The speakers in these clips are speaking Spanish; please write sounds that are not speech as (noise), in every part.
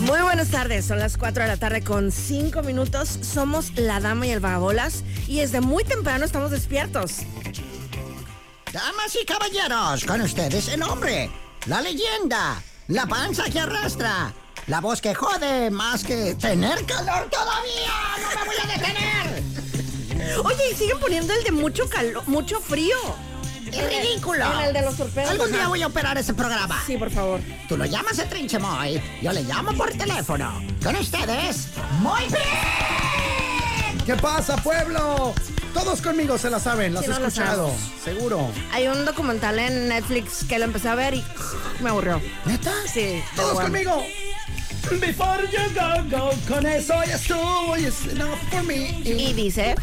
Muy buenas tardes, son las 4 de la tarde con 5 minutos. Somos la dama y el vagabolas y desde muy temprano estamos despiertos. Damas y caballeros, con ustedes el hombre, la leyenda, la panza que arrastra, la voz que jode más que tener calor todavía. ¡No me voy a (laughs) detener! Oye, y siguen poniendo el de mucho calor, mucho frío. ¡Es ridículo! En el de los torpedos. Algún día ajá. voy a operar ese programa. Sí, por favor. Tú lo llamas el trinche Moy, yo le llamo por teléfono. Con ustedes, Moy Pitt. ¿Qué pasa, pueblo? Todos conmigo se la saben, las Sí, he no la escuchado, seguro. Hay un documental en Netflix que lo empecé a ver y me aburrió. ¿Neta? Sí, Todos igual. conmigo. Before you go, go, con eso ya estuvo, y es enough for me. Y dice,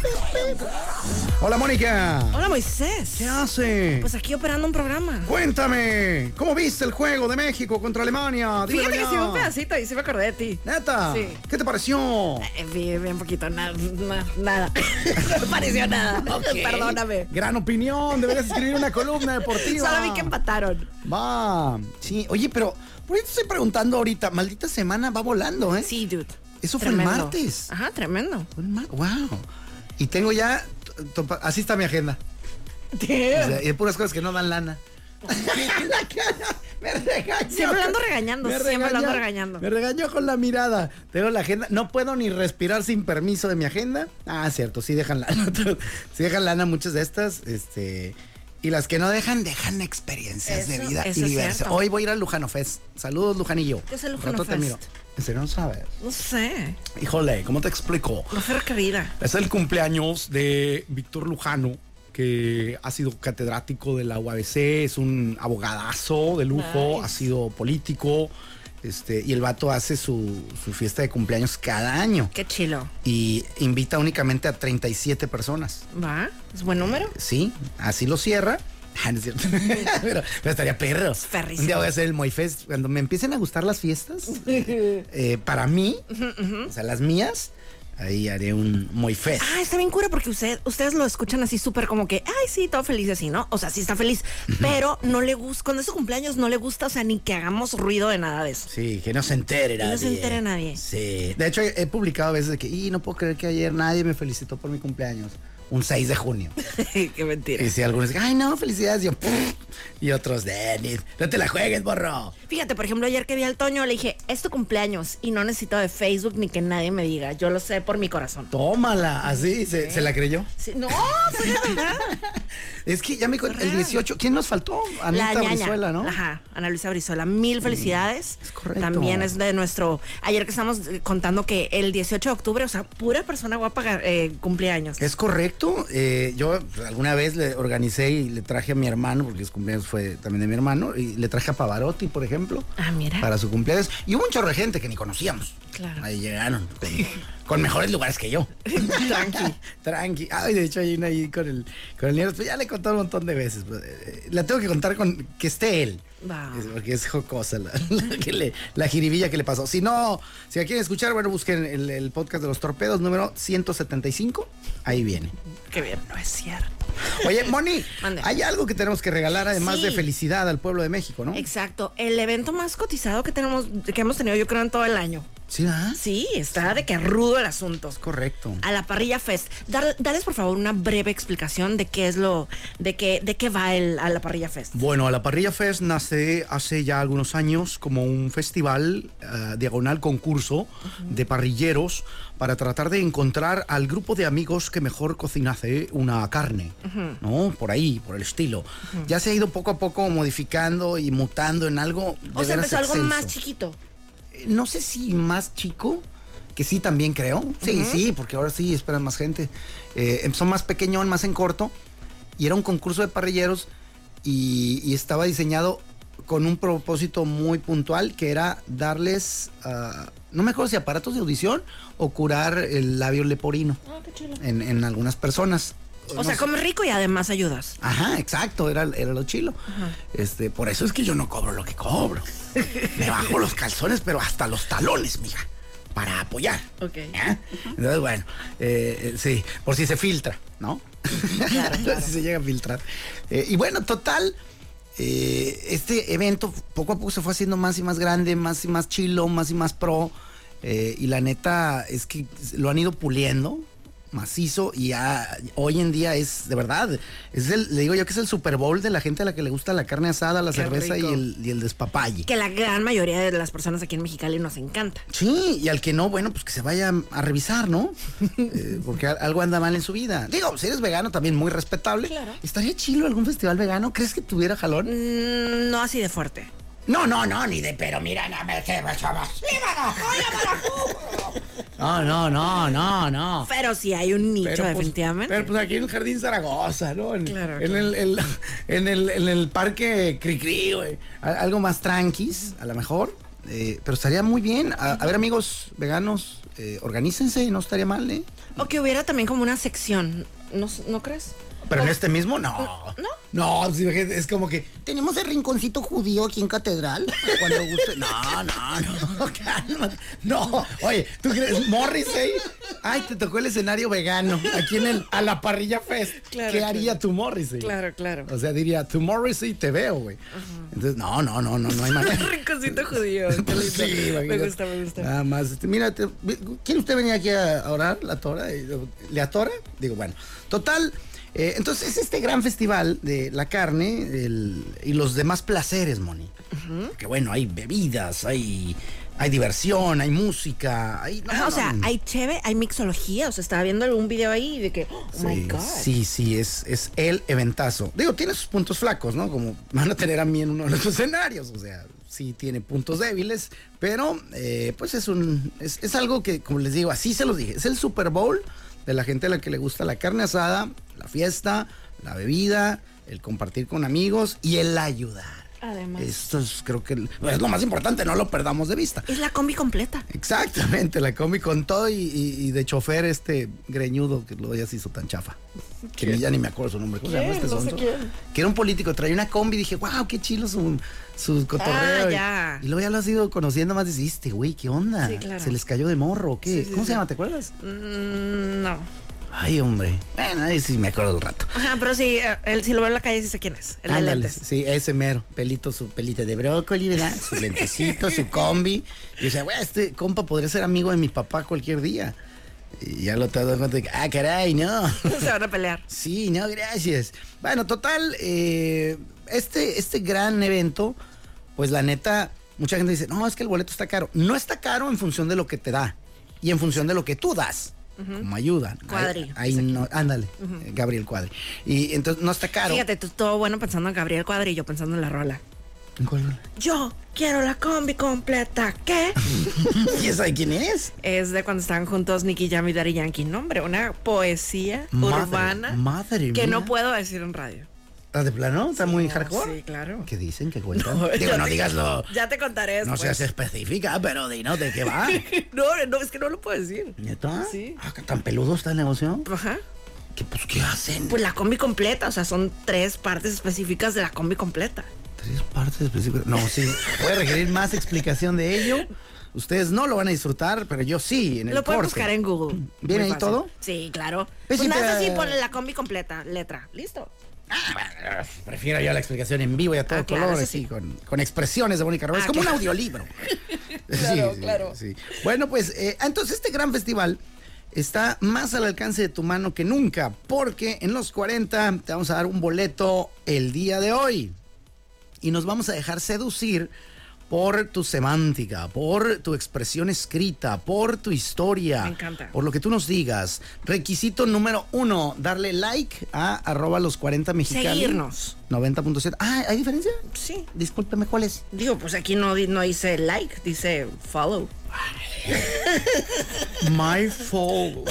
Hola, Mónica. hola Moisés. ¿Qué hace? Pues aquí operando un programa. Cuéntame, ¿cómo viste el juego de México contra Alemania? Dímelo Fíjate que ya. sí, un pedacito y sí me acordé de ti. ¿Neta? Sí. ¿Qué te pareció? Eh, vi- vi un poquito, nada, nada. (laughs) no me pareció nada. (laughs) Perdóname. Gran opinión, deberías escribir una columna deportiva. (laughs) Solo vi que empataron. Va. Sí, oye, pero por eso estoy preguntando ahorita, maldita semana va volando, ¿eh? Sí, dude. Eso fue el martes. Ajá, tremendo. Un ma- Wow. Y tengo ya. t- topa- Así está mi agenda. (laughs) O sea, y de puras cosas que no dan lana. La cara, me regañó. Siempre lo ando regañando, siempre lo ando regañó, regañando. Me regañó con la mirada. Tengo la agenda. No puedo ni respirar sin permiso de mi agenda. Ah, cierto, sí dejan (laughs) lana. sí dejan lana muchas de estas. Este. Y las que no dejan, dejan experiencias de Eso- vida y eso es diversión. cierto. Hoy voy a ir al Lujano Fest. Saludos, Lujanillo. ¿Qué es el Lujano Rato te Fest? miro. En serio, no sabes. No sé. Híjole, ¿cómo te explico? No fue requerida. Es el cumpleaños de Víctor Lujano, que ha sido catedrático de la UABC, es un abogadazo de lujo, Nice. ha sido político, este, y el vato hace su, su fiesta de cumpleaños cada año Qué chilo. y invita únicamente a 37 personas. ¿Va? ¿Es buen número? Sí, así lo cierra. (laughs) Ah, no es cierto. pero, pero estaría perro. ferrísimo. Un día voy a hacer el Moifest. Cuando me empiecen a gustar las fiestas, eh, para mí, o sea, las mías, ahí haré un Moifest. (laughs) Ah, está bien cura porque usted- ustedes lo escuchan así súper como que, ay, sí, todo feliz así, ¿no? O sea, sí está feliz, pero no le gusta, cuando es su cumpleaños no le gusta, o sea, ni que hagamos ruido de nada de eso. (laughs) Sí, que no se entere no nadie. se entere nadie. Sí. De hecho, he he publicado a veces de que, y no puedo creer que ayer nadie me felicitó por mi cumpleaños. Un 6 (laughs) de junio. Qué mentira. Y si algunos dicen, ay, no, felicidades. Y, yo, "Pff". y otros, Denis, no te la juegues, borro. Fíjate, por ejemplo, ayer que vi al Toño le dije, es tu cumpleaños y no necesito de Facebook ni que nadie me diga, yo lo sé por mi corazón. Tómala. Así, se, se la creyó. Sí, no, pues la verdad. Es que ya me con- el 18, ¿quién nos faltó? La (laughs) Anita ñaña. Brizuela, ¿no? Ajá, Ana Luisa Brizuela, mil felicidades. es correcto. También es de nuestro, ayer que estamos eh, contando que el 18 de octubre, o sea, pura persona guapa eh, cumpleaños. Es correcto. eh, yo alguna vez le organicé y le traje a mi hermano, porque su cumpleaños fue también de mi hermano, y le traje a Pavarotti, por ejemplo. Ah, mira. Para su cumpleaños. Y hubo un chorro de gente que ni conocíamos. Claro. Ahí llegaron. Con, con mejores lugares (laughs) que yo. Tranqui. Tranqui. Ay, de hecho hay una ahí con el, con el negro. Pues ya le he contado un montón de veces. pues, eh, La tengo que contar con que esté él. Va. Es- Porque es jocosa la, (laughs) la que le- la jiribilla que le pasó. Si no, si la quieren escuchar, bueno, busquen el, el podcast de los torpedos número 175. Ahí viene. Qué bien, no es cierto. Oye, Moni, (laughs) Mande. hay algo que tenemos que regalar además Sí. de felicidad al pueblo de México, ¿no? Exacto, el evento más cotizado que tenemos, que hemos tenido yo creo en todo el año. Sí, ¿verdad? Sí, está de que rudo el asunto. Es correcto. A la parrilla fest. Dar- dales por favor una breve explicación de qué es lo, de qué, de qué va el, a la parrilla fest. Bueno, la Parrilla Fest nace hace ya algunos años como un festival eh, diagonal concurso de parrilleros para tratar de encontrar al grupo de amigos que mejor cocinase una carne, ¿no? Por ahí, por el estilo. Ya se ha ido poco a poco modificando y mutando en algo. de O sea, veras empezó algo excelso. más chiquito. Eh, No sé si más chico. Que sí, también creo. Sí, sí, porque ahora sí esperan más gente. Eh, empezó más pequeñón, más en corto. Y era un concurso de parrilleros. Y, y estaba diseñado con un propósito muy puntual que era darles, ah, no me acuerdo si aparatos de audición o curar el labio leporino en, en algunas personas. O sea, comes rico y además ayudas. Ajá, exacto, era, era lo chilo. Este, por eso es que yo no cobro lo que cobro. Me bajo los calzones, pero hasta los talones, mija, para apoyar. Ok. ¿Eh? Entonces, bueno, eh, eh, sí, por si se filtra, ¿no? (laughs) si se llega a filtrar. Eh, y bueno, total, eh, este evento poco a poco se fue haciendo más y más grande, más y más chilo, más y más pro. eh, y la neta es que lo han ido puliendo macizo y ya hoy en día es de verdad es el le digo yo que es el Super Bowl de la gente a la que le gusta la carne asada la Qué cerveza y rico. el, y el despapalle Que la gran mayoría de las personas aquí en Mexicali nos encanta. Sí, y al que no, bueno, pues que se vaya a revisar, ¿no? Eh, porque al- algo anda mal en su vida. Digo, si eres vegano también muy respetable. Claro. ¿Estaría chilo algún festival vegano? ¿Crees que tuviera jalón? Mm, no así de fuerte. No, no, no, ni de pero mira, no me te más. No, no, no, no, no. Pero sí hay un nicho, Ah. Pero, pues, definitivamente. pero, pues aquí en el Jardín Zaragoza, ¿no? En, Claro, en claro. El, el- en, el, en el parque Cricri, güey. A- Algo más tranquis, a lo mejor. eh, pero estaría muy bien. A, a ver, amigos veganos, eh, organícense, no estaría mal, ¿eh? O que hubiera también como una sección. ¿No, ¿no crees? Pero en este mismo, no. Pues, ¿No? No, pues, imagínate, es como que. ¿Tenemos el rinconcito judío aquí en Catedral? Cuando guste. No, no, no, (laughs) cálmate. No, oye, ¿tú crees? Morrissey. Ay, te tocó el escenario vegano. Aquí en el. A la parrilla fest. Claro, ¿Qué haría claro. tu Morrissey? Claro, (laughs) claro. (laughs) O sea, diría, tu Morrissey te veo, güey. Entonces, no, no, no, no, no hay (laughs) manera. Rinconcito judío. qué Pues lindo. sí, me imagínate. gusta, me gusta. Nada más. este, mira, te- ¿quiere usted venir aquí a a orar la Tora? Y yo, ¿Le atora? Digo, bueno. Total. eh, entonces, este gran festival de la carne el- y los demás placeres, Moni. Que bueno, hay bebidas, hay, hay diversión, hay música, hay. no, Ah, o no, sea, no. hay cheve, hay mixología. O sea, estaba viendo algún video ahí de que, oh my Sí, God. sí, sí, es, es el eventazo. Digo, tiene sus puntos flacos, ¿no? Como van a tener a mí en uno de los (laughs) escenarios. O sea, sí tiene puntos débiles, pero eh, pues es un. Es, es algo que, como les digo, así se los dije. Es el Super Bowl de la gente a la que le gusta la carne asada, la fiesta, la bebida, el compartir con amigos y el ayudar. Además. Esto es, creo que es lo más importante, no lo perdamos de vista. Es la combi completa. Exactamente, la combi con todo y, y- y de chofer este greñudo que lo ya se hizo tan chafa. Que ni- ya ni me acuerdo su nombre. ¿Cómo se llama este sonso? Que era un político, traía una combi y dije, wow, qué chilo su, su cotorreo. Ah, Y- ya. Y, luego ya lo has ido conociendo más, dijiste, güey, ¿qué onda? Sí, claro. Se les cayó de morro, o ¿qué? Sí, sí, ¿Cómo sí. se llama? ¿Te acuerdas? Mm, no. Ay, hombre. Bueno, ahí sí me acuerdo del rato. Ajá, pero sí, eh, él si lo veo en la calle sí sé quién es. El de Ándale, lentes. (laughs) Sí, ese mero. Pelito, su pelita de brócoli, ¿verdad? Su lentecito, su combi. Y yo decía, güey, este compa podría ser amigo de mi papá cualquier día. Y ya lo te das cuenta de que, ah, caray, no. (laughs) Se van a pelear. Sí, no, gracias. Bueno, total, eh, este, este gran evento, pues la neta, mucha gente dice, no, es que el boleto está caro. No está caro en función de lo que te da y en función de lo que tú das. Como ayuda. Ahí- Cuadri, Ahí, no, ándale, eh, Gabriel Cuadri. Y entonces no está caro. Fíjate, tú todo bueno pensando en Gabriel Cuadrillo, pensando en la rola. ¿En cuál? Yo quiero la combi completa. (laughs) ¿Qué? ¿Y esa de quién es? es de cuando estaban juntos Nicky Jam y Daddy Yankee. No, hombre, una poesía Madre- urbana madre que no mía. puedo decir en radio. ¿La de plano? ¿Está muy hardcore? Sí, claro. ¿Qué dicen? ¿Qué cuentan? No, (laughs) Digo, ya no te- digas lo... Ya te contaré No después. seas específica, pero dinos de qué va. (laughs) no, no, es que no lo puedo decir. ¿Neta? Sí. Ah, ¿Tan peludo está el negocio? Ajá. ¿Qué, pues, ¿qué hacen? Pues la combi completa, o sea, son tres partes específicas de la combi completa. Tres partes específicas. No, sí. Voy a requerir más explicación de ello. Ustedes no lo van a disfrutar, pero yo sí, en el Lo pueden corte. buscar en Google. ¿Viene Muy ahí fácil. todo? Sí, claro. Pues Pues nada más siempre- así ponle la combi completa, letra. Listo. Ah, bueno, prefiero yo la explicación en vivo y a todo Ah, claro, color, eso así, sí. con, con expresiones de Mónica Romero. Ah, es como claro. (laughs) un audiolibro. Claro, claro. sí. Bueno, pues eh, entonces este gran festival está más al alcance de tu mano que nunca, porque en los 40 te vamos a dar un boleto el día de hoy. Y nos vamos a dejar seducir por tu semántica, por tu expresión escrita, por tu historia. Me encanta. Por lo que tú nos digas. Requisito número uno, darle like a arroba los 40 mexicanos. Seguirnos. 90.7. Ah, ¿hay diferencia? Sí. Discúlpeme, ¿cuál es? Digo, pues aquí no, di- no dice like, dice follow. (laughs) My fault.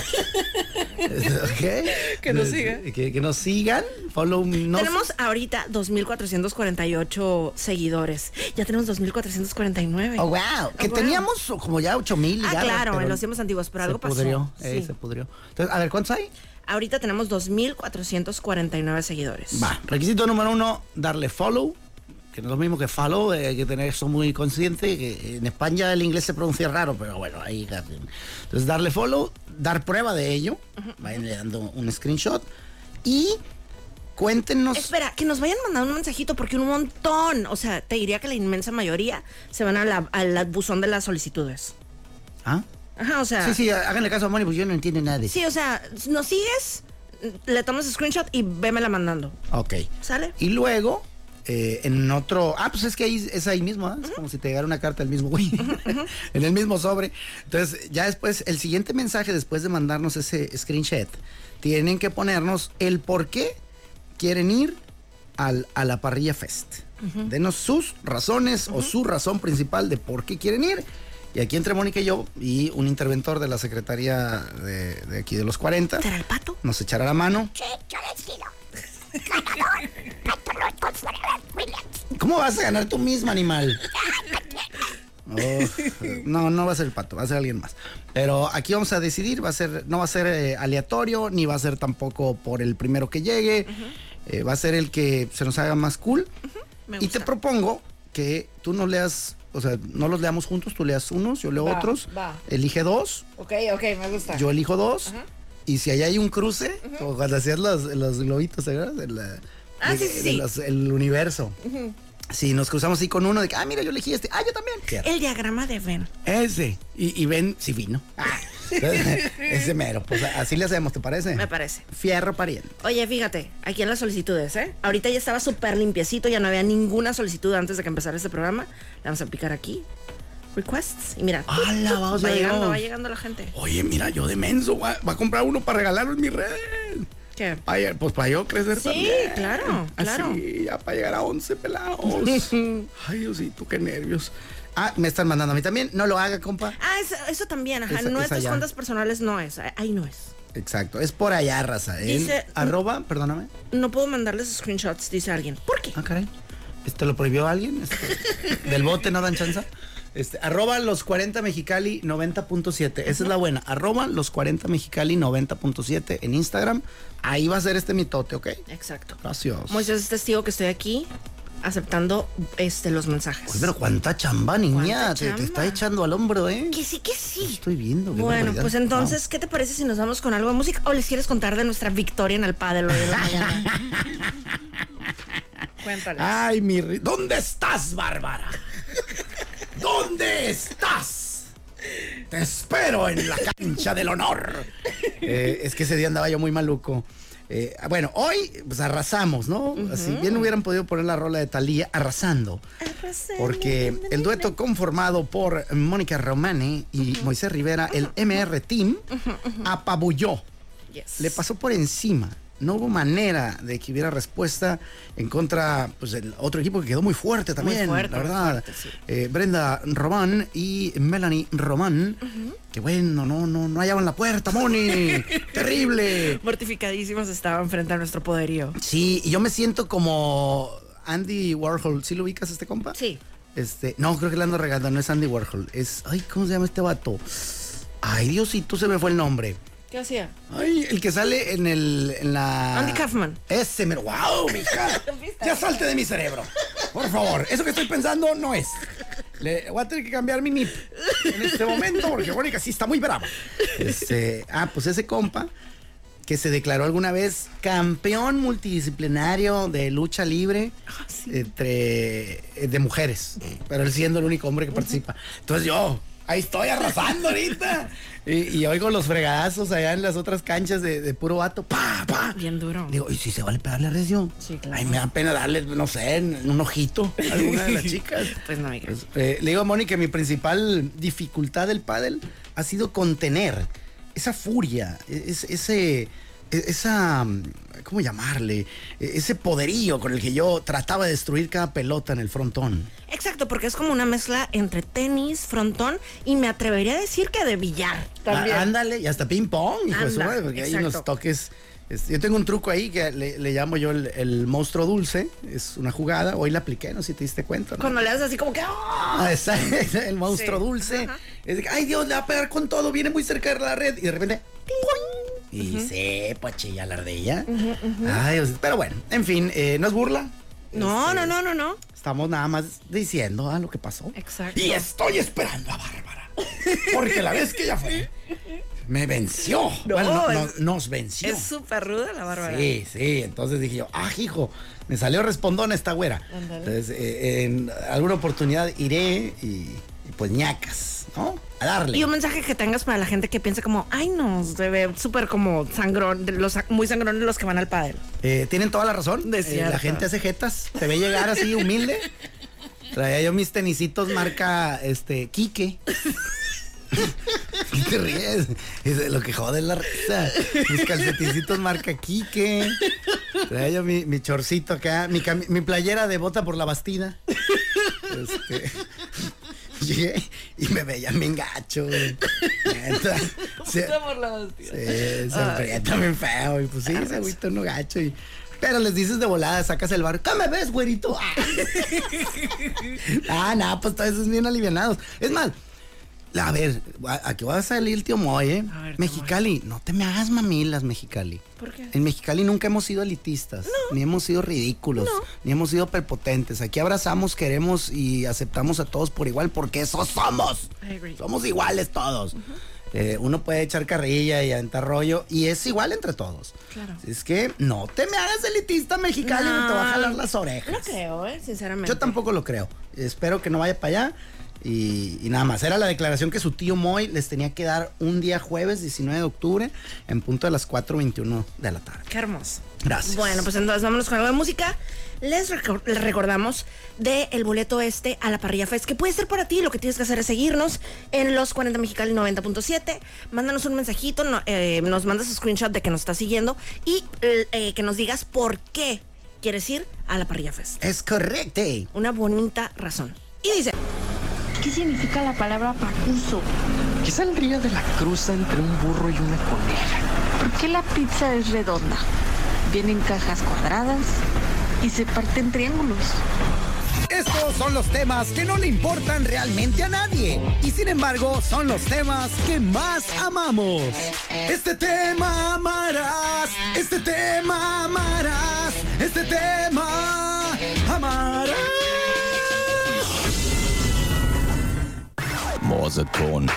¿Qué? Que nos sigan. Que, que nos sigan. Follow nos. Tenemos ahorita 2.448 seguidores. Ya tenemos 2.449. Oh, wow. Que Oh, wow. teníamos. Somos como ya 8000 Ah, ya, claro, pero en los tiempos antiguos, pero se algo pasó. Pudrió, Sí. eh, se pudrió. Entonces, a ver, ¿cuántos hay? Ahorita tenemos 2.449 seguidores. Va, requisito número uno, darle follow, que no es lo mismo que follow, eh, hay que tener eso muy consciente, que en España el inglés se pronuncia raro, pero bueno, ahí... Entonces, darle follow, dar prueba de ello, vayan le dando un screenshot y cuéntenos... Espera, que nos vayan mandando un mensajito porque un montón, o sea, te diría que la inmensa mayoría se van a la- al buzón de las solicitudes. ¿Ah? Ajá, o sea. Sí, sí, háganle caso a Moni, pues yo no entiendo nada de eso. Sí, o sea, nos sigues, le tomas screenshot y vémela mandando. Ok. ¿Sale? Y luego, eh, en otro. Ah, pues es que ahí es ahí mismo, ¿ah? Es como si te llegara una carta el mismo güey. (laughs) en el mismo sobre. Entonces, ya después, el siguiente mensaje, después de mandarnos ese screenshot, tienen que ponernos el por qué quieren ir al- a la parrilla fest. Denos sus razones o su razón principal de por qué quieren ir. Y aquí entre Mónica y yo y un interventor de la Secretaría de, de aquí de los 40 ¿Será el pato? nos echará la mano. ¿Cómo vas a ganar tú (laughs) mismo, animal? Oh, no, no va a ser el pato, va a ser alguien más. Pero aquí vamos a decidir, va a ser, no va a ser eh, aleatorio, ni va a ser tampoco por el primero que llegue. eh, va a ser el que se nos haga más cool. me Y te gusta. propongo que tú nos leas, o sea, no los leamos juntos, tú leas unos, yo leo Va, otros. va. Elige dos, Ok, ok, me gusta. yo elijo dos. Y si ahí hay un cruce, como cuando hacías los, los globitos, ¿te acuerdas? De la- Ah, de- sí, sí, de sí. los- el universo. Si nos cruzamos así con uno, de que, ah, mira, yo elegí este. Ah, yo también. El diagrama de Venn. Ese. Y, y ven si vino. Ah, (laughs) ese mero. Pues así le hacemos, ¿te parece? Me parece. Fierro pariente. Oye, fíjate, aquí en las solicitudes, ¿eh? Ahorita ya estaba súper limpiecito, ya no había ninguna solicitud antes de que empezara este programa. Le vamos a picar aquí. Requests. Y mira. ¡Hala, Ah, vamos, va ya llegando, llegamos! va llegando la gente. Oye, mira, yo de menso, va, va a comprar uno para regalarlo en mi red. ¿Qué? Para- pues para yo crecer Sí, también. claro, claro. Así, ya para llegar a 11 (laughs) pelados. Ay, Diosito, qué nervios. Ah, me están mandando a mí también. No lo haga, compa. Ah, eso, eso también, ajá. Esa- esa Nuestras ya. cuentas personales no es. Ahí no es. Exacto, es por allá, raza. ¿eh? Dice- Arroba, perdóname. No puedo mandarles screenshots, dice alguien. ¿Por qué? Ah, caray. ¿Esto lo prohibió alguien? Este, (laughs) ¿Del bote no dan chance? Este, arroba los 40 Mexicali 90.7. Esa es la buena. Arroba los 40 Mexicali 90.7 en Instagram. Ahí va a ser este mitote, ¿ok? Exacto. Gracias. Moisés es testigo que estoy aquí aceptando este, los mensajes. Oye, Pues, pero cuánta chamba, ¿Cuánta niña. Te- Te, chamba? está echando al hombro, ¿eh? Que sí, que sí. Estoy viendo. qué Bueno, barbaridad. pues entonces, ¿qué te parece si nos vamos con algo de música? ¿O les quieres contar de nuestra victoria en el pádel hoy de la mañana? (laughs) Ah, Cuéntales. Ay, mi... ri- ¿Dónde estás, Bárbara? ¿Dónde estás? Te espero en la cancha del honor. Eh, es que ese día andaba yo muy maluco. Eh, bueno, hoy pues arrasamos, ¿no? Si bien hubieran podido poner la rola de Talía, arrasando. Porque el dueto conformado por Mónica Romani y Moisés Rivera, el MR Team, apabulló Yes. le pasó por encima. No hubo manera de que hubiera respuesta en contra pues el otro equipo que quedó muy fuerte también, fuerte, la muy verdad. fuerte, sí. Eh, Brenda Román y Melanie Román, que bueno, no no no hallaban la (laughs) puerta, Moni. Terrible. Mortificadísimos estaban frente a nuestro poderío. Sí, y yo me siento como Andy Warhol, ¿sí lo ubicas este compa? Sí. Este, no, creo que le ando regando, no es Andy Warhol, es ay, ¿cómo se llama este vato? Ay, Diosito, se me fue el nombre. ¿Qué hacía? Ay, el que sale en el en la Andy Kaufman. Ese mero. ¡Wow, (laughs) mija! ya salte de mi cerebro. Por favor, eso que estoy pensando no es. Le voy a tener que cambiar mi NIP en este momento porque Mónica sí está muy brava. Este, ah, pues ese compa que se declaró alguna vez campeón multidisciplinario de lucha libre Ah, entre eh, de mujeres, pero él siendo el único hombre que participa. Entonces yo ahí estoy arrasando ahorita y, y oigo los fregadazos allá en las otras canchas de, de puro vato, pa pa. Bien duro. Digo, ¿y si se vale pegarle recio? Sí, claro. Ay, me da pena darle, no sé, un ojito a alguna (laughs) de las chicas. Pues no, amiga. Pues, eh, le digo a Moni que mi principal dificultad del pádel ha sido contener esa furia, e- es- ese e- esa, ¿cómo llamarle? E- Ese poderío con el que yo trataba de destruir cada pelota en el frontón. Exacto, porque es como una mezcla entre tenis, frontón y me atrevería a decir que de billar. Ah, ándale, y hasta ping pong, hijo de su Anda, madre, porque hay exacto. unos toques. es- Yo tengo un truco ahí que le, le llamo yo el, el monstruo dulce. Es una jugada. Hoy la apliqué, no sé si te diste cuenta. ¿no? Cuando le das así como que ¡ah! Ah, esa- (laughs) el monstruo Sí, dulce. ajá. Es de que, ay Dios, le va a pegar con todo, viene muy cerca de la red. Y de repente, ¡poing! Y se pachilla la ardilla. Ay, Dios, pero bueno, en fin, eh, no es burla. No, no, no, no, no. Estamos nada más diciendo ah, lo que pasó. Exacto. Y estoy esperando a Bárbara. Porque la vez que (laughs) ella fue, me venció. No, Bueno, no, es- no, nos venció. Es súper ruda la bárbara. Sí, sí. Entonces dije yo, ah, hijo, me salió respondón esta güera. Entonces, eh, en alguna oportunidad iré y, y pues ñacas, ¿no? A darle. Y un mensaje que tengas para la gente que piensa como, ay no, se ve súper como sangrón, de los muy sangrones los que van al pádel. Eh, Tienen toda la razón. De Eh, cierto. la gente hace jetas. Te ve llegar así humilde. Traía yo mis tenisitos marca este Quique. (laughs) ¿Qué te ríes? Es de lo que jode es la risa. Mis calcetincitos marca Quique. Traía yo mi, mi chorcito acá, mi, cami- mi playera de bota por la bastida. Este, (laughs) llegué y me veían bien gacho. güey. Neta. Se- Sí, se aprieta bien feo. Y pues sí, se agüita uno gacho. Y, pero les dices de volada, sacas el barrio. ¿Cómo me ves, güerito? (laughs) Ah, ah nada, pues todos esos bien alivianados. Es más, a ver, a- aquí va a salir el tío Moy, ¿eh? A ver, tío Mexicali, no te me hagas mamilas, Mexicali. ¿Por qué? En Mexicali nunca hemos sido elitistas, ni hemos sido ridículos, ni hemos sido prepotentes. Aquí abrazamos, queremos y aceptamos a todos por igual porque eso somos. I agree. Somos iguales todos. Eh, uno puede echar carrilla y aventar rollo y es igual entre todos. Claro. Así Es que no te me hagas elitista mexicano y te va a jalar las orejas. No creo, eh, sinceramente. Yo tampoco lo creo. Espero que no vaya para allá. Y, y nada más, era la declaración que su tío Moy les tenía que dar un día jueves 19 de octubre en punto de las 4.21 de la tarde. Qué hermoso. Gracias. Bueno, pues entonces vámonos con algo de música. Les, recor- les recordamos del boleto este a la parrilla Fest, que puede ser para ti. Lo que tienes que hacer es seguirnos en los 40 Mexicali 90.7. Mándanos un mensajito, no- eh, nos mandas screenshot de que nos estás siguiendo y eh, eh, que nos digas por qué quieres ir a la parrilla Fest. Es correcto. Una bonita razón. Y dice, ¿Qué significa la palabra pacuso? ¿Qué saldría de la cruza entre un burro y una coneja? ¿Por qué la pizza es redonda? Viene en cajas cuadradas y se parte en triángulos. Estos son los temas que no le importan realmente a nadie. Y sin embargo, son los temas que más amamos. Este tema amarás. Este tema amarás. Este tema amarás. Morseton.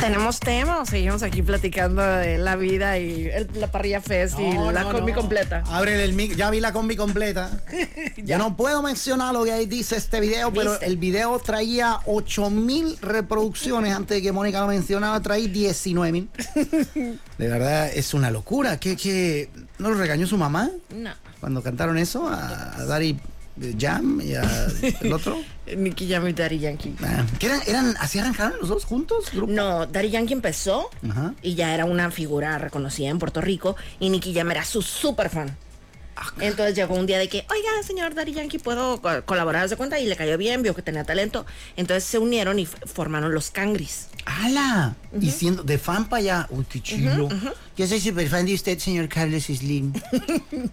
¿tenemos tema o seguimos aquí platicando de la vida y el- la parrilla Fest y la combi completa? Abre el mic, ya vi la (laughs) combi completa. ya no puedo mencionar lo que ahí dice este video, pero ¿Viste? el video traía 8000 reproducciones antes de que Mónica lo mencionaba, traía 19000. (laughs) de verdad es una locura, que que no lo regañó su mamá No. cuando cantaron eso a, a Daddy Jam y a (laughs) el otro. Eh, Nicky Jam y Daddy Yankee. Ah, ¿Qué eran, eran así arrancaron los dos juntos? grupo? No, Daddy Yankee empezó Ajá. y ya era una figura reconocida en Puerto Rico y Nicky Jam era su super fan. Entonces llegó un día de que, oiga, señor Daddy Yankee, ¿puedo co- colaborar? ¿Se cuenta? Y le cayó bien, vio que tenía talento. Entonces se unieron y f- formaron los Cangris. ¡Hala! Y siendo de fan para allá. ¡Uy, qué chulo! Yo soy súper fan de usted, señor Carlos Slim.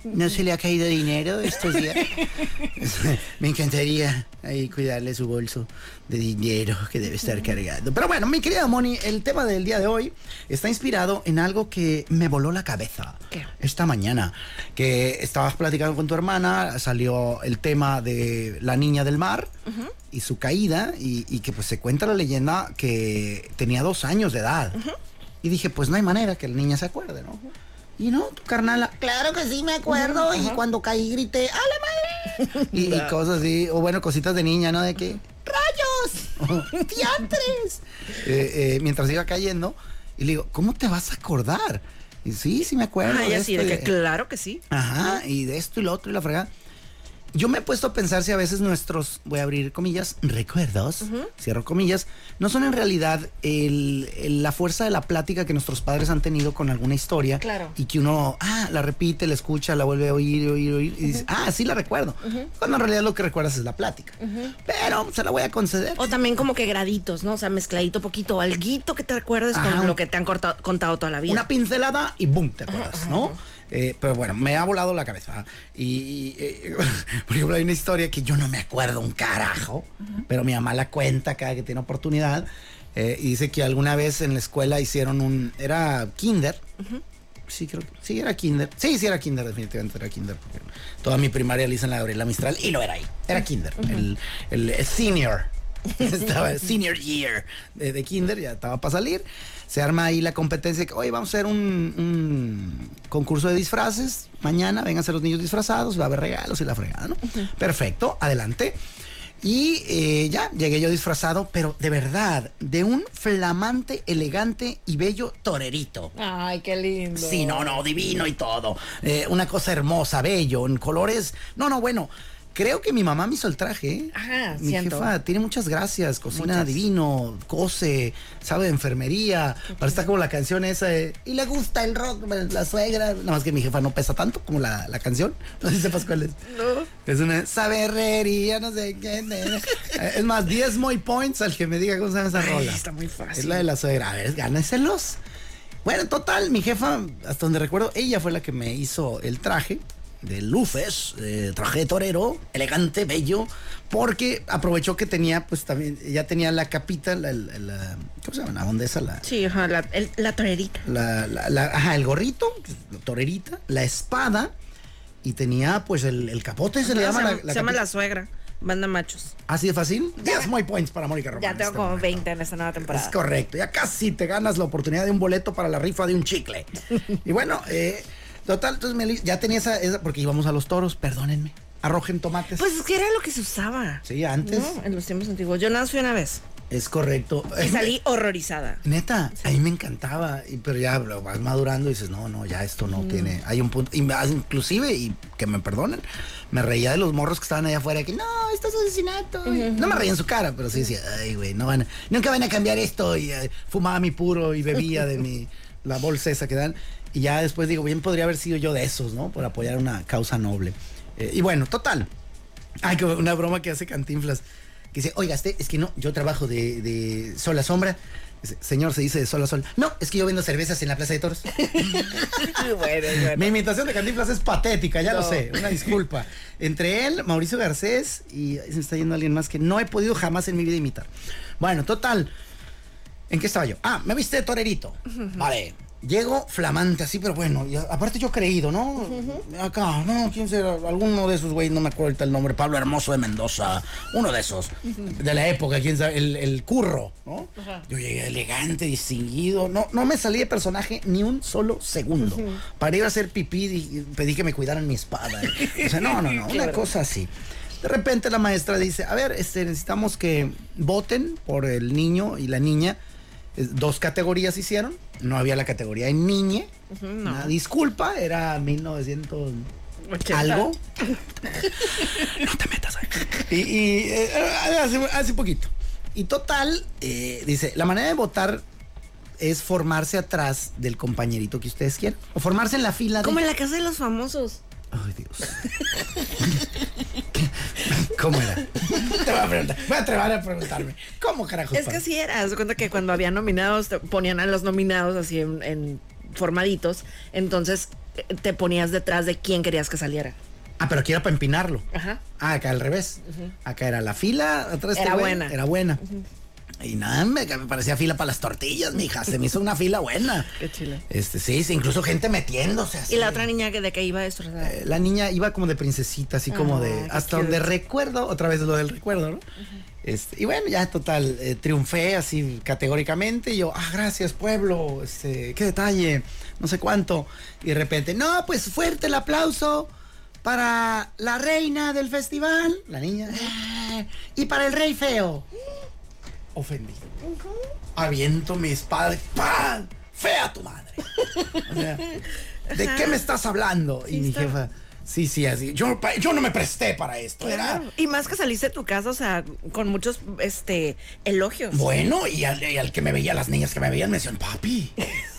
¿No se le ha caído dinero estos días? (laughs) me encantaría ahí cuidarle su bolso de dinero que debe estar cargando. Pero bueno, mi querida Moni, el tema del día de hoy está inspirado en algo que me voló la cabeza ¿Qué? esta mañana. Que estabas platicando con tu hermana, salió el tema de la niña del mar y su caída, y, y que pues se cuenta la leyenda que tenía dos años de edad. Y dije, pues no hay manera que la niña se acuerde, ¿no? Y no, tu carnala, Claro que sí, me acuerdo. Y cuando caí grité, ¡a la madre! y, y cosas así, o bueno, cositas de niña, ¿no? De que, (laughs) ¡rayos! ¡Diantres! Eh, eh, mientras iba cayendo, y le digo, ¿cómo te vas a acordar? Y sí, sí me acuerdo. Ay, de así, esto de y eh, que de- claro que sí. Ajá, y de esto y lo otro y la fregada. yo me he puesto a pensar si a veces nuestros, voy a abrir comillas, recuerdos, cierro comillas, no son en realidad el- el- la fuerza de la plática que nuestros padres han tenido con alguna historia. Claro. Y que uno, ah, la repite, la escucha, la vuelve a oír, oír, oír, y dice, ah, sí la recuerdo. Cuando en realidad lo que recuerdas es la plática. Pero se la voy a conceder. O también como que graditos, ¿no? O sea, mezcladito poquito, alguito que te recuerdes Ajá. con lo que te han cortado- contado toda la vida. Ah, una pincelada y boom, te acuerdas, ¿no? Eh, pero bueno, me ha volado la cabeza. Y, y, eh, (laughs) por ejemplo, hay una historia que yo no me acuerdo un carajo, pero mi mamá la cuenta cada que tiene oportunidad. eh, y dice que alguna vez en la escuela hicieron un. Era kinder. Sí, creo que. Sí, era kinder. Sí, sí, era kinder, definitivamente era kinder. porque toda mi primaria la hice en la Gabriela Mistral y lo era ahí. Era kinder. el, el- el senior. Estaba el senior year de, de kinder, ya estaba para salir. Se arma ahí la competencia que, oye, vamos a hacer un, un concurso de disfraces. Mañana vénganse los niños disfrazados, va a haber regalos y la fregada, ¿no? Perfecto, adelante. Y eh, ya llegué yo disfrazado, pero de verdad, de un flamante, elegante y bello torerito. Ay, qué lindo. Sí, no, no, divino y todo. Eh, una cosa hermosa, bello, en colores. No, no, bueno. Creo que mi mamá me hizo el traje. ¿eh? Ajá, Mi siento. jefa tiene muchas gracias. Cocina divino, cose, sabe de enfermería. Para estar como la canción esa de, Y le gusta el rock, la suegra. Nada más que mi jefa no pesa tanto como la, la canción. (laughs) No sé si sepas cuál es. Es una saberrería, no sé qué. ne- ne. Eh, es más, 10 muy points al que me diga cómo se llama esa rola. está muy fácil. Es la de la suegra. A ver, gánaselos. Bueno, total, mi jefa, hasta donde recuerdo, ella fue la que me hizo el traje de luces, eh, traje de torero, elegante, bello, porque aprovechó que tenía, pues también, ya tenía la capita, la, la- la- ¿cómo se llama? La onda esa, la, Sí, ajá, la, el- la torerita. la, la- la- ajá, el gorrito, la torerita, la espada, y tenía, pues, el, el capote, se le llama Ah, se la, llama- se llama capita. la suegra. Banda machos. Así de fácil. 10 muy points para Mónica Román. Ya en tengo este como momento. 20 en esta nueva Es temporada. correcto, ya casi te ganas la oportunidad de un boleto para la rifa de un chicle. Y bueno, eh, total, entonces me li- ya tenía esa, esa- porque íbamos a los toros, perdónenme, arrojen tomates. Pues es que era lo que se usaba. sí, antes, ¿no? En los tiempos antiguos. Yo nada más fui una vez. es correcto. (laughs) Y salí (laughs) horrorizada. Neta, a mí me encantaba, y- pero ya lo vas madurando y dices, no, no, ya esto no tiene, hay un punto, y me- ah, inclusive, y que me perdonen, me reía de los morros que estaban allá afuera, que no, esto es asesinato, y- no me reía en su cara, pero sí decía, ay, güey, no van a- nunca van a cambiar esto, y eh, fumaba mi puro y bebía de mi, la bolsa esa que dan, y ya después digo, bien podría haber sido yo de esos, ¿no? Por apoyar una causa noble. Eh, y bueno, total, Ay, como una broma que hace Cantinflas. Que dice, oiga, este, es que no, yo trabajo de, de sol a sombra. Dice, Señor, se dice de sol a sol. No, es que yo vendo cervezas en la Plaza de Toros. Mi imitación de Cantinflas es patética, ya lo sé. Una disculpa. Entre él, Mauricio Garcés y ay, se me está yendo alguien más que no he podido jamás en mi vida imitar. Bueno, total. ¿En qué estaba yo? Ah, me viste de torerito. Vale. Llego flamante así, pero bueno, y a- aparte yo creído, ¿no? Acá, no, quién será, alguno de esos güeyes, no me acuerdo ahorita el nombre, Pablo Hermoso de Mendoza, uno de esos, de la época, quién sabe, el, el curro, ¿no? Yo llegué elegante, distinguido, no, no me salí de personaje ni un solo segundo. Para ir a hacer pipí di- pedí que me cuidaran mi espada. O sea, no, no, no, una cosa así. De repente la maestra dice, a ver, este, necesitamos que voten por el niño y la niña. Es- Dos categorías hicieron. No había la categoría de niñe. Una disculpa, era 1900 algo. no te metas ahí. Y, y, eh, hace, hace poquito. Y total, eh, dice, la manera de votar es formarse atrás del compañerito que ustedes quieran. O formarse en la fila de... Como en la casa de los famosos. Ay, Dios. ¿Cómo era? Te voy a preguntar. Voy a atrever a preguntarme. ¿Cómo carajos? Es que pasó? así era. Haz de cuenta que cuando había nominados, te ponían a los nominados así en, en formaditos. Entonces eh, te ponías detrás de quién querías que saliera. Ah, pero aquí era para empinarlo. Ajá. Ah, acá al revés. Acá era la fila, atrás de este Era güey, buena. Era buena. Y nada, me, que me parecía fila para las tortillas, mija. Se me hizo una fila (laughs) buena. Qué chile. Este, sí, sí, incluso gente metiéndose así. Y la otra niña que de que iba destrozada. Eh, la niña iba como de princesita, así como de. qué Hasta cute. donde recuerdo, otra vez lo del recuerdo, ¿no? Este, y bueno, ya total, eh, triunfé así categóricamente. Y yo, ah, gracias, pueblo, este, qué detalle, no sé cuánto. Y de repente, no, pues fuerte el aplauso para la reina del festival, la niña, "Ah, y para el (gasps) rey feo. Ofendido. Aviento mi espada, y ¡pam! ¡Fea tu madre! O sea, ¿De qué me estás hablando? y mi jefa, Sí, sí, así. Yo, pa- yo no me presté para esto. Era Claro. Y más que saliste de tu casa, o sea, con muchos este elogios. bueno y al, y al que me veía, las niñas que me veían, me decían, papi.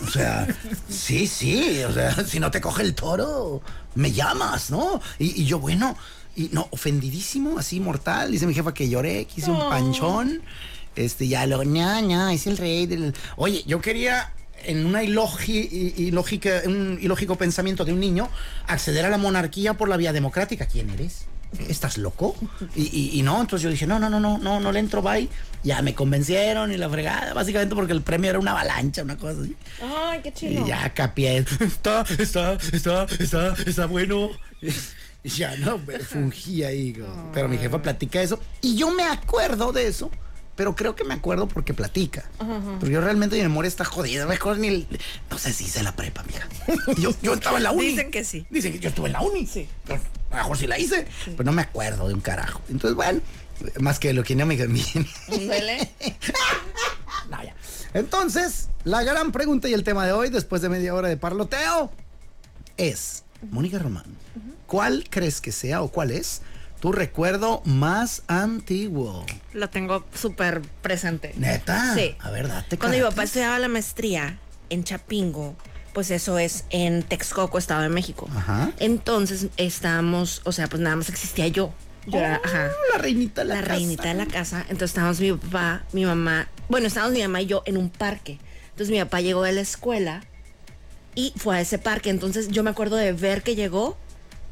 O sea, sí, sí. O sea, (laughs) si no te coge el toro, me llamas, ¿no? Y, y yo, bueno, y no, ofendidísimo, así mortal. Dice mi jefa que lloré, que hice un panchón. Este, ya lo, ña, ña, es el rey del. Oye, yo quería. En una ilogi- i- ilógica, un ilógico pensamiento de un niño, acceder a la monarquía por la vía democrática. ¿Quién eres? ¿Estás loco? Y, y- y no, entonces yo dije, no, no, no, no, no, no le entro, bye. Ya me convencieron y la fregada, básicamente porque el premio era una avalancha, una cosa así. Ay, qué Y ya capié, está, está, está, está, está bueno. Y ya no, me fungí ahí. como- Pero mi jefa platica eso. Y yo me acuerdo de eso, pero creo que me acuerdo porque platica. Porque yo realmente mi memoria está jodida. Mejor ni. el- No sé si hice la prepa, mija. Yo, yo estaba en la uni. Dicen que sí. Dicen que yo estuve en la uni. Sí. Pero a lo mejor sí la hice. Pero no me acuerdo de un carajo. Entonces, bueno, más que lo que no me Ándale. no, ya. Entonces, la gran pregunta y el tema de hoy, después de media hora de parloteo, es, Mónica Román, ¿cuál crees que sea o cuál es tu recuerdo más antiguo? Lo tengo súper presente. ¿Neta? Sí. A ver, date Cuando mi cara, papá estudiaba la maestría en Chapingo, pues eso es en Texcoco, Estado de México. Ajá. Entonces estábamos, o sea, pues nada más existía yo. Yo era, ajá. Oh, La reinita de la, la casa. reinita de la casa. Entonces estábamos mi papá, mi mamá, bueno, estábamos mi mamá y yo en un parque. Entonces mi papá llegó de la escuela y fue a ese parque. Entonces yo me acuerdo de ver que llegó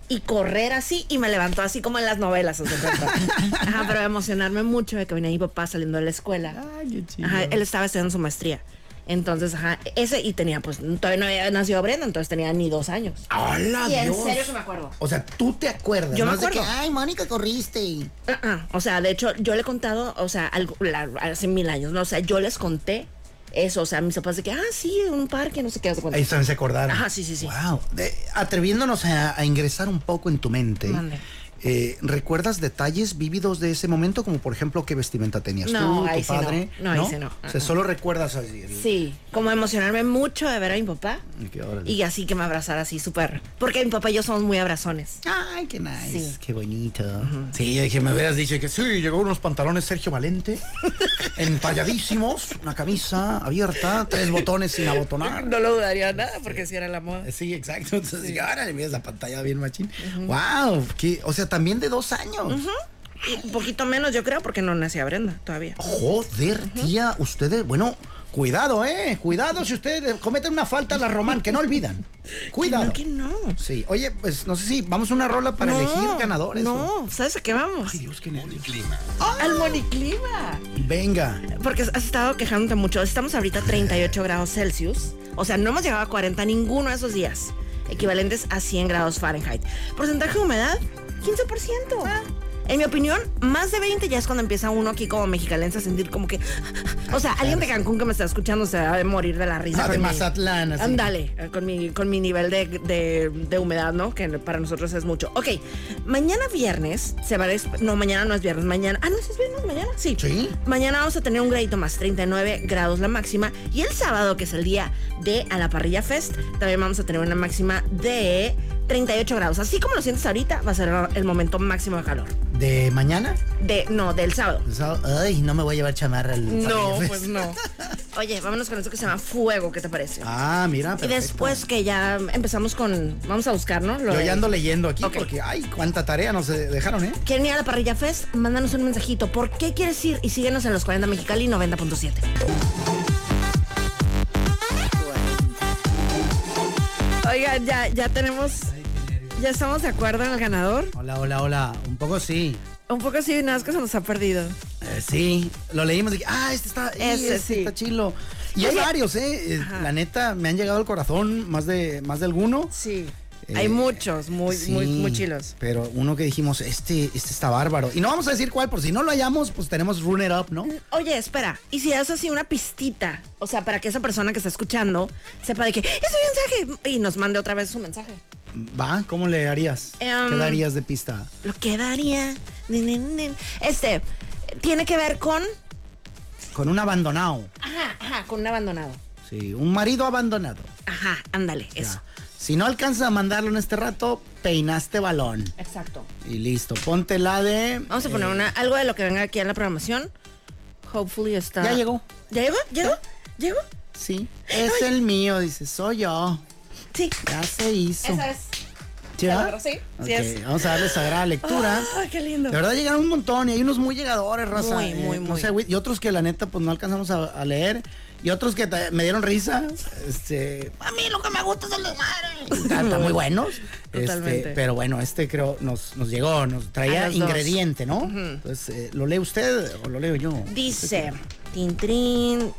y correr así y me levantó así como en las novelas. ¿se (laughs) cuenta? Ajá, pero emocionarme mucho de que venía mi papá saliendo de la escuela. Ay, qué chido. Ajá, él estaba estudiando su maestría. Entonces, ajá, ese y tenía, pues, todavía no había nacido Brenda, entonces tenía ni dos años. ¡Hala, Y en Dios! serio que me acuerdo. O sea, tú te acuerdas. Yo me más de acuerdo. que, Ay, Mónica, corriste. Ah, ah, O sea, de hecho, yo le he contado, o sea, algo- la- hace mil años, ¿no? O sea, yo les conté eso, o sea, mis papás de que, ah, sí, un parque, no sé qué, haz de cuenta. Ahí también se acordaron. Ajá, sí, sí, sí. Wow. De- atreviéndonos a, a ingresar un poco en tu mente. Mande. eh, ¿Recuerdas detalles vívidos de ese momento? Como por ejemplo, ¿qué vestimenta tenías No, tú, tu ahí sí no. padre? No, ahí sí no. O sea, solo recuerdas así. el- Sí, como emocionarme mucho de ver a mi papá Y que órale. y así que me abrazara así, súper. Porque mi papá y yo somos muy abrazones. Ay, qué nice. Sí. Qué bonito. Sí, yo dije, me hubieras dicho que sí, llegó unos pantalones (laughs) Sergio Valente, entalladísimos, una camisa abierta, tres botones sin abotonar. lo dudaría nada porque si era la moda. (laughs) Sí, exacto. Entonces, dije, órale, mira esa pantalla bien machín. Wow, qué- o sea, también de dos años. Y un poquito menos, yo creo, porque no nacía Brenda todavía. Joder, tía, ustedes, bueno, cuidado, eh, cuidado si ustedes cometen una falta a la Román, que (laughs) no olvidan. Cuidado. Claro que no. Sí, oye, pues no sé si vamos a una rola para No, elegir ganadores. o- No, ¿sabes a qué vamos? Ay, Dios, qué nervios. Al moniclima. Venga. Porque has estado quejándote mucho. Estamos ahorita a 38 grados Celsius. O sea, no hemos llegado a 40 ninguno de esos días. Equivalentes a 100 grados Fahrenheit. Porcentaje de humedad, 15%. En mi opinión, más de 20 ya es cuando empieza uno aquí como mexicalense a sentir como que... O sea, alguien de Cancún que me está escuchando se va a morir de la risa. Ah, con de mi- Mazatlán, así. Ándale, eh, con mi, con mi nivel de, de- de humedad, ¿no? Que para nosotros es mucho. Ok, mañana viernes se va a... desp- No, mañana no es viernes, mañana... Ah, no, sí es viernes, mañana, sí. Sí. Mañana vamos a tener un gradito más, 39 grados la máxima. Y el sábado, que es el día de A la Parrilla Fest, también vamos a tener una máxima de 38 grados. Así como lo sientes ahorita, va a ser el momento máximo de calor. ¿De mañana? De, no, del sábado. El sábado. Ay, no me voy a llevar chamarra al. al- (laughs) no. pues Oye, vámonos con esto que se llama fuego, ¿qué te parece? Ah, mira. y perfecto. después que ya empezamos con. Vamos a buscar, ¿no? Lo Yo de- ya ando leyendo aquí Ok. porque, ay, cuánta tarea nos eh, dejaron, ¿eh? ¿Quieren ir a la Parrilla Fest? Mándanos un mensajito. ¿Por qué quieres ir? Y síguenos en los 40 Mexicali 90.7. Oigan, ya, ya tenemos. Ya estamos de acuerdo en el ganador. Hola, hola, hola. Un poco sí. Un poco así, nada más que se nos ha perdido. Eh, sí, lo leímos y dije, ah, este está, y Ese este sí. está chilo. Y hay Oye. varios, ¿eh? Eh, La neta, me han llegado al corazón más de, más de alguno. Sí. Eh, Hay muchos, muy, muy, Sí, muy chilos. Pero uno que dijimos, este, este está bárbaro. Y no vamos a decir cuál, por si no lo hallamos, pues tenemos runner up, ¿no? Oye, espera, y si das así una pistita, o sea, para que esa persona que está escuchando sepa de que es un mensaje y nos mande otra vez su mensaje. Va, ¿cómo le harías? Em, ¿Qué darías de pista? Lo que daría. Nin, nin, nin. Este tiene que ver con. Con un abandonado. Ajá, ajá, con un abandonado. Sí, un marido abandonado. Ajá, ándale, eso. Ya. Si no alcanza a mandarlo en este rato, peinaste balón. Exacto. Y listo. Ponte la de. eh, Vamos a poner una, algo de lo que venga aquí en la programación. Hopefully está. Ya llegó. ¿Ya llegó? ¿Llegó? ¿Llegó? Sí. Es el mío, dice. Soy yo. Sí. Ya se hizo. Esa es. ¿Sí, va? Claro, sí, sí Ok, es. Vamos a darle sagrada lectura. Ay, Ah, qué lindo. De verdad llegaron un montón y hay unos muy llegadores, raza. Eh, Muy, muy, no muy. sé, güey, y otros que la neta pues no alcanzamos a, a leer. Y otros que ta- me dieron risa. Este, a mí lo que me gusta son los madres. Están están muy buenos. (laughs) Este, Totalmente. pero bueno, este creo nos, nos llegó, nos A traía los dos. ingrediente, ¿no? Entonces, eh, ¿lo lee usted o lo leo yo? Dice, tin, trin.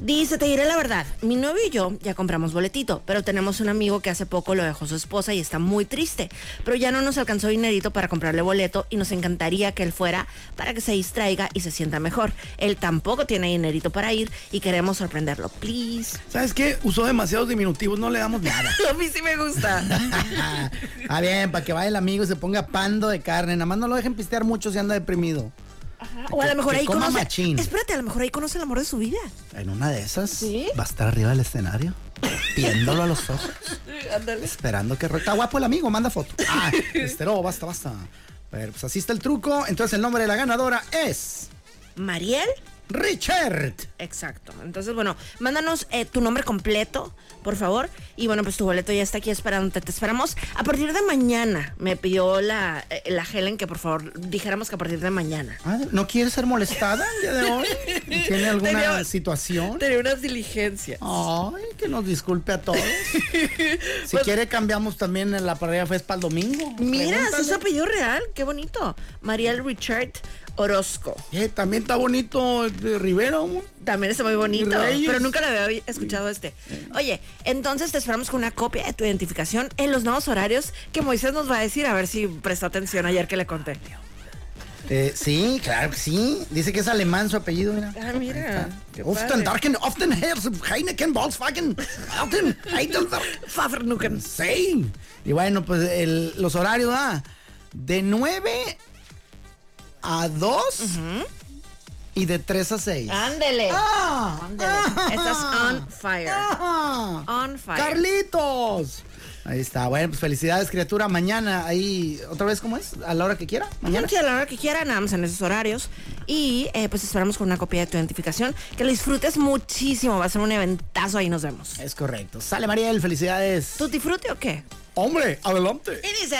Dice, te diré la verdad, mi novio y yo ya compramos boletito, pero tenemos un amigo que hace poco lo dejó su esposa y está muy triste, pero ya no nos alcanzó dinerito para comprarle boleto y nos encantaría que él fuera para que se distraiga y se sienta mejor. Él tampoco tiene dinerito para ir y queremos sorprenderlo, please. ¿Sabes qué? Usó demasiados diminutivos, no le damos nada. (laughs) A mí sí me gusta. ah, bien, para que vaya el amigo y se ponga pando de carne. Nada más no lo dejen pistear mucho si anda deprimido. O a lo mejor Que ahí coma conoce... machín. Espérate, a lo mejor ahí conoce el amor de su vida. En una de esas ¿Sí? va a estar arriba del escenario, viéndolo a los ojos, (laughs) esperando que... re- Está guapo el amigo, manda foto. Ah, estero, basta, basta. A ver, pues así está el truco. Entonces el nombre de la ganadora es Mariel Richard. Exacto. Entonces, bueno, mándanos eh, tu nombre completo, por favor. Y bueno, pues tu boleto ya está aquí esperándote. Te esperamos a partir de mañana. Me pidió la, eh, la Helen que por favor dijéramos que a partir de mañana. Ah, ¿No quiere ser molestada el día de hoy? ¿Tiene alguna Tenía- situación? Tenía unas diligencias. Ay, que nos disculpe (laughs) a todos. Si quiere cambiamos también en la parrilla fue para el domingo. Pues- Mira, Pregúntale. es su apellido real. Qué bonito. Mariel Richard Orozco. Eh, también está bonito eh, Rivero. ¿no? También está muy bonito, Reyes. pero nunca lo había escuchado este. Oye, entonces te esperamos con una copia de tu identificación en los nuevos horarios que Moisés nos va a decir, a ver si prestó atención ayer que le conté. Eh, sí, claro que sí. Dice que es alemán su apellido, mira. Ah, mira. qué padre. Often Darken, Often Hers, Heineken, Volkswagen, Often Heidelberg. Pfaffernuggen. Sí. Y bueno, pues el- los horarios, ah, de 9 a 2 y de 3 a 6. Ándele. Ah, ah, Estás on fire. (laughs) ah. On fire. ¡Carlitos! Ahí está, bueno, pues felicidades, criatura. Mañana, ahí, otra vez, ¿cómo es? A la hora que quiera, mañana. Sí, a la hora que quieran, nada más en esos horarios. Y eh, pues esperamos con una copia de tu identificación. Que lo disfrutes muchísimo. Va a ser un eventazo. Ahí nos vemos. Es correcto. Sale Mariel, felicidades. ¿Tú disfrute o qué? Hombre, adelante. Y dice.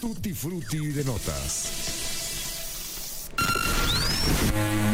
Tutti frutti de notas.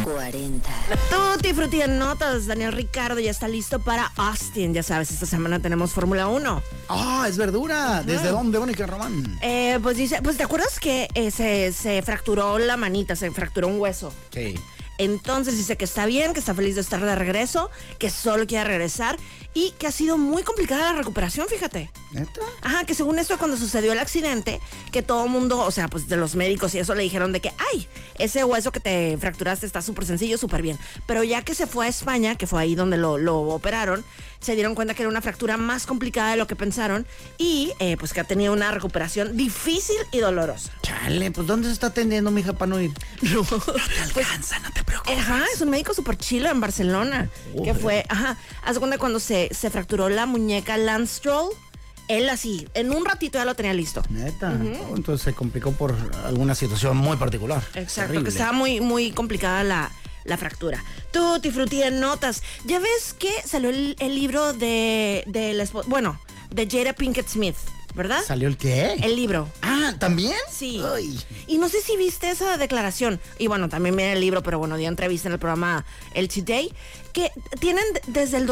40. Tutti frutti de notas. Daniel Ricardo ya está listo para Austin. Ya sabes, esta semana tenemos Fórmula 1. Ah, es verdura. ¿Desde dónde, Mónica Román? Eh, pues dice, pues ¿te acuerdas que eh, se, se fracturó la manita? Se fracturó un hueso. Sí. Entonces dice que está bien, que está feliz de estar de regreso, que solo quiere regresar y que ha sido muy complicada la recuperación, fíjate. ¿Neta? Ajá, que según esto cuando sucedió el accidente, que todo el mundo, o sea, pues de los médicos y eso le dijeron de que, ay, ese hueso que te fracturaste está súper sencillo, súper bien. Pero ya que se fue a España, que fue ahí donde lo, lo operaron, se dieron cuenta que era una fractura más complicada de lo que pensaron y eh, pues que ha tenido una recuperación difícil y dolorosa. Chale, pues ¿dónde se está atendiendo, mija, para no ir? No, pues, no te preocupes. Ajá, es un médico súper chilo en Barcelona. que fue, ajá, haz de cuenta cuando se, se fracturó la muñeca Lance Stroll, él así, en un ratito ya lo tenía listo. Neta. Oh, Entonces se complicó por alguna situación muy particular. Exacto, Terrible. que estaba muy, muy complicada la, la fractura. Tú, Frutti en notas. Ya ves que salió el, el libro de, de la espo- bueno, de Jada Pinkett Smith, ¿verdad? ¿Salió el qué? El libro. Ah, ¿también? Sí. Ay. Y no sé si viste esa declaración. Y bueno, también viene el libro, pero bueno, dio entrevista en el programa El Today. Que tienen d- desde el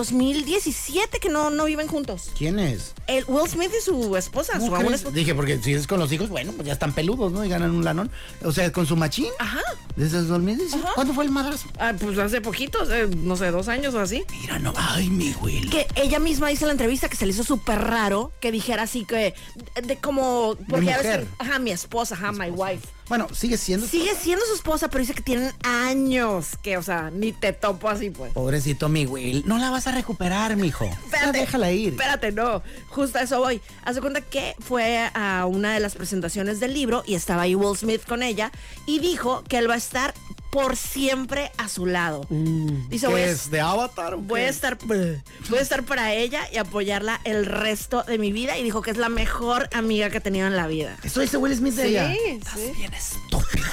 2017 que no, no viven juntos. ¿Quién es? El Will Smith y su esposa, su ¿Cómo aún crees? esposa. Dije, porque si es con los hijos, bueno, pues ya están peludos, ¿no? Y ganan un lanón. O sea, con su machín. Ajá. Desde el 2017. Ajá. ¿Cuándo fue el madrazo? Ah, pues hace poquitos, eh, no sé, dos años o así. Mira, no. Ay, mi Will. Que ella misma dice en la entrevista que se le hizo súper raro que dijera así que, de, de como, porque ya ves que- mujer. ajá, mi esposa, ajá, my wife. Bueno, sigue siendo. Sigue siendo su esposa, pero dice que tienen años que, o sea, ni te topo así, pues. Pobrecito mi Will. No la vas a recuperar, mijo. Ya déjala ir. Espérate, no. Justo a eso voy. Haz de cuenta que fue a una de las presentaciones del libro y estaba ahí Will Smith con ella y dijo que él va a estar por siempre a su lado. Dice, voy a- Mm, ¿Qué es de Avatar? o Voy a qué? estar, voy a estar para ella y apoyarla el resto de mi vida. Y dijo que es la mejor amiga que he tenido en la vida. Eso dice Will Smith de ella. Sí, sí. Bien estúpido.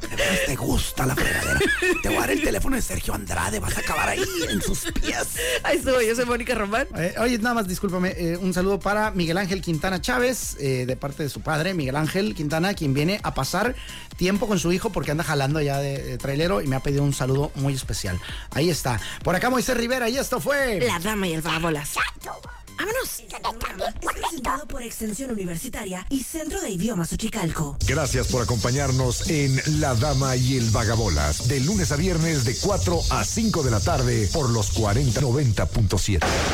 De veras Te gusta la fregadera. Te voy a dar el teléfono de Sergio Andrade. Vas a acabar ahí en sus pies. Ahí estuvo, yo soy Mónica Román. Eh, oye, nada más, discúlpame. eh, un saludo para Miguel Ángel Quintana Chávez, eh, de parte de su padre, Miguel Ángel Quintana, quien viene a pasar tiempo con su hijo porque anda jalando ya de, de trailero y me ha pedido un saludo muy especial. Ahí está. Por acá Moisés Rivera y esto fue... La dama y el vagabolas. ¡Vámonos! Presentado por Extensión Universitaria y Centro de Idiomas Uchicalco. Gracias por acompañarnos en La Dama y el Vagabolas, de lunes a viernes de 4 a 5 de la tarde por los 4090.7.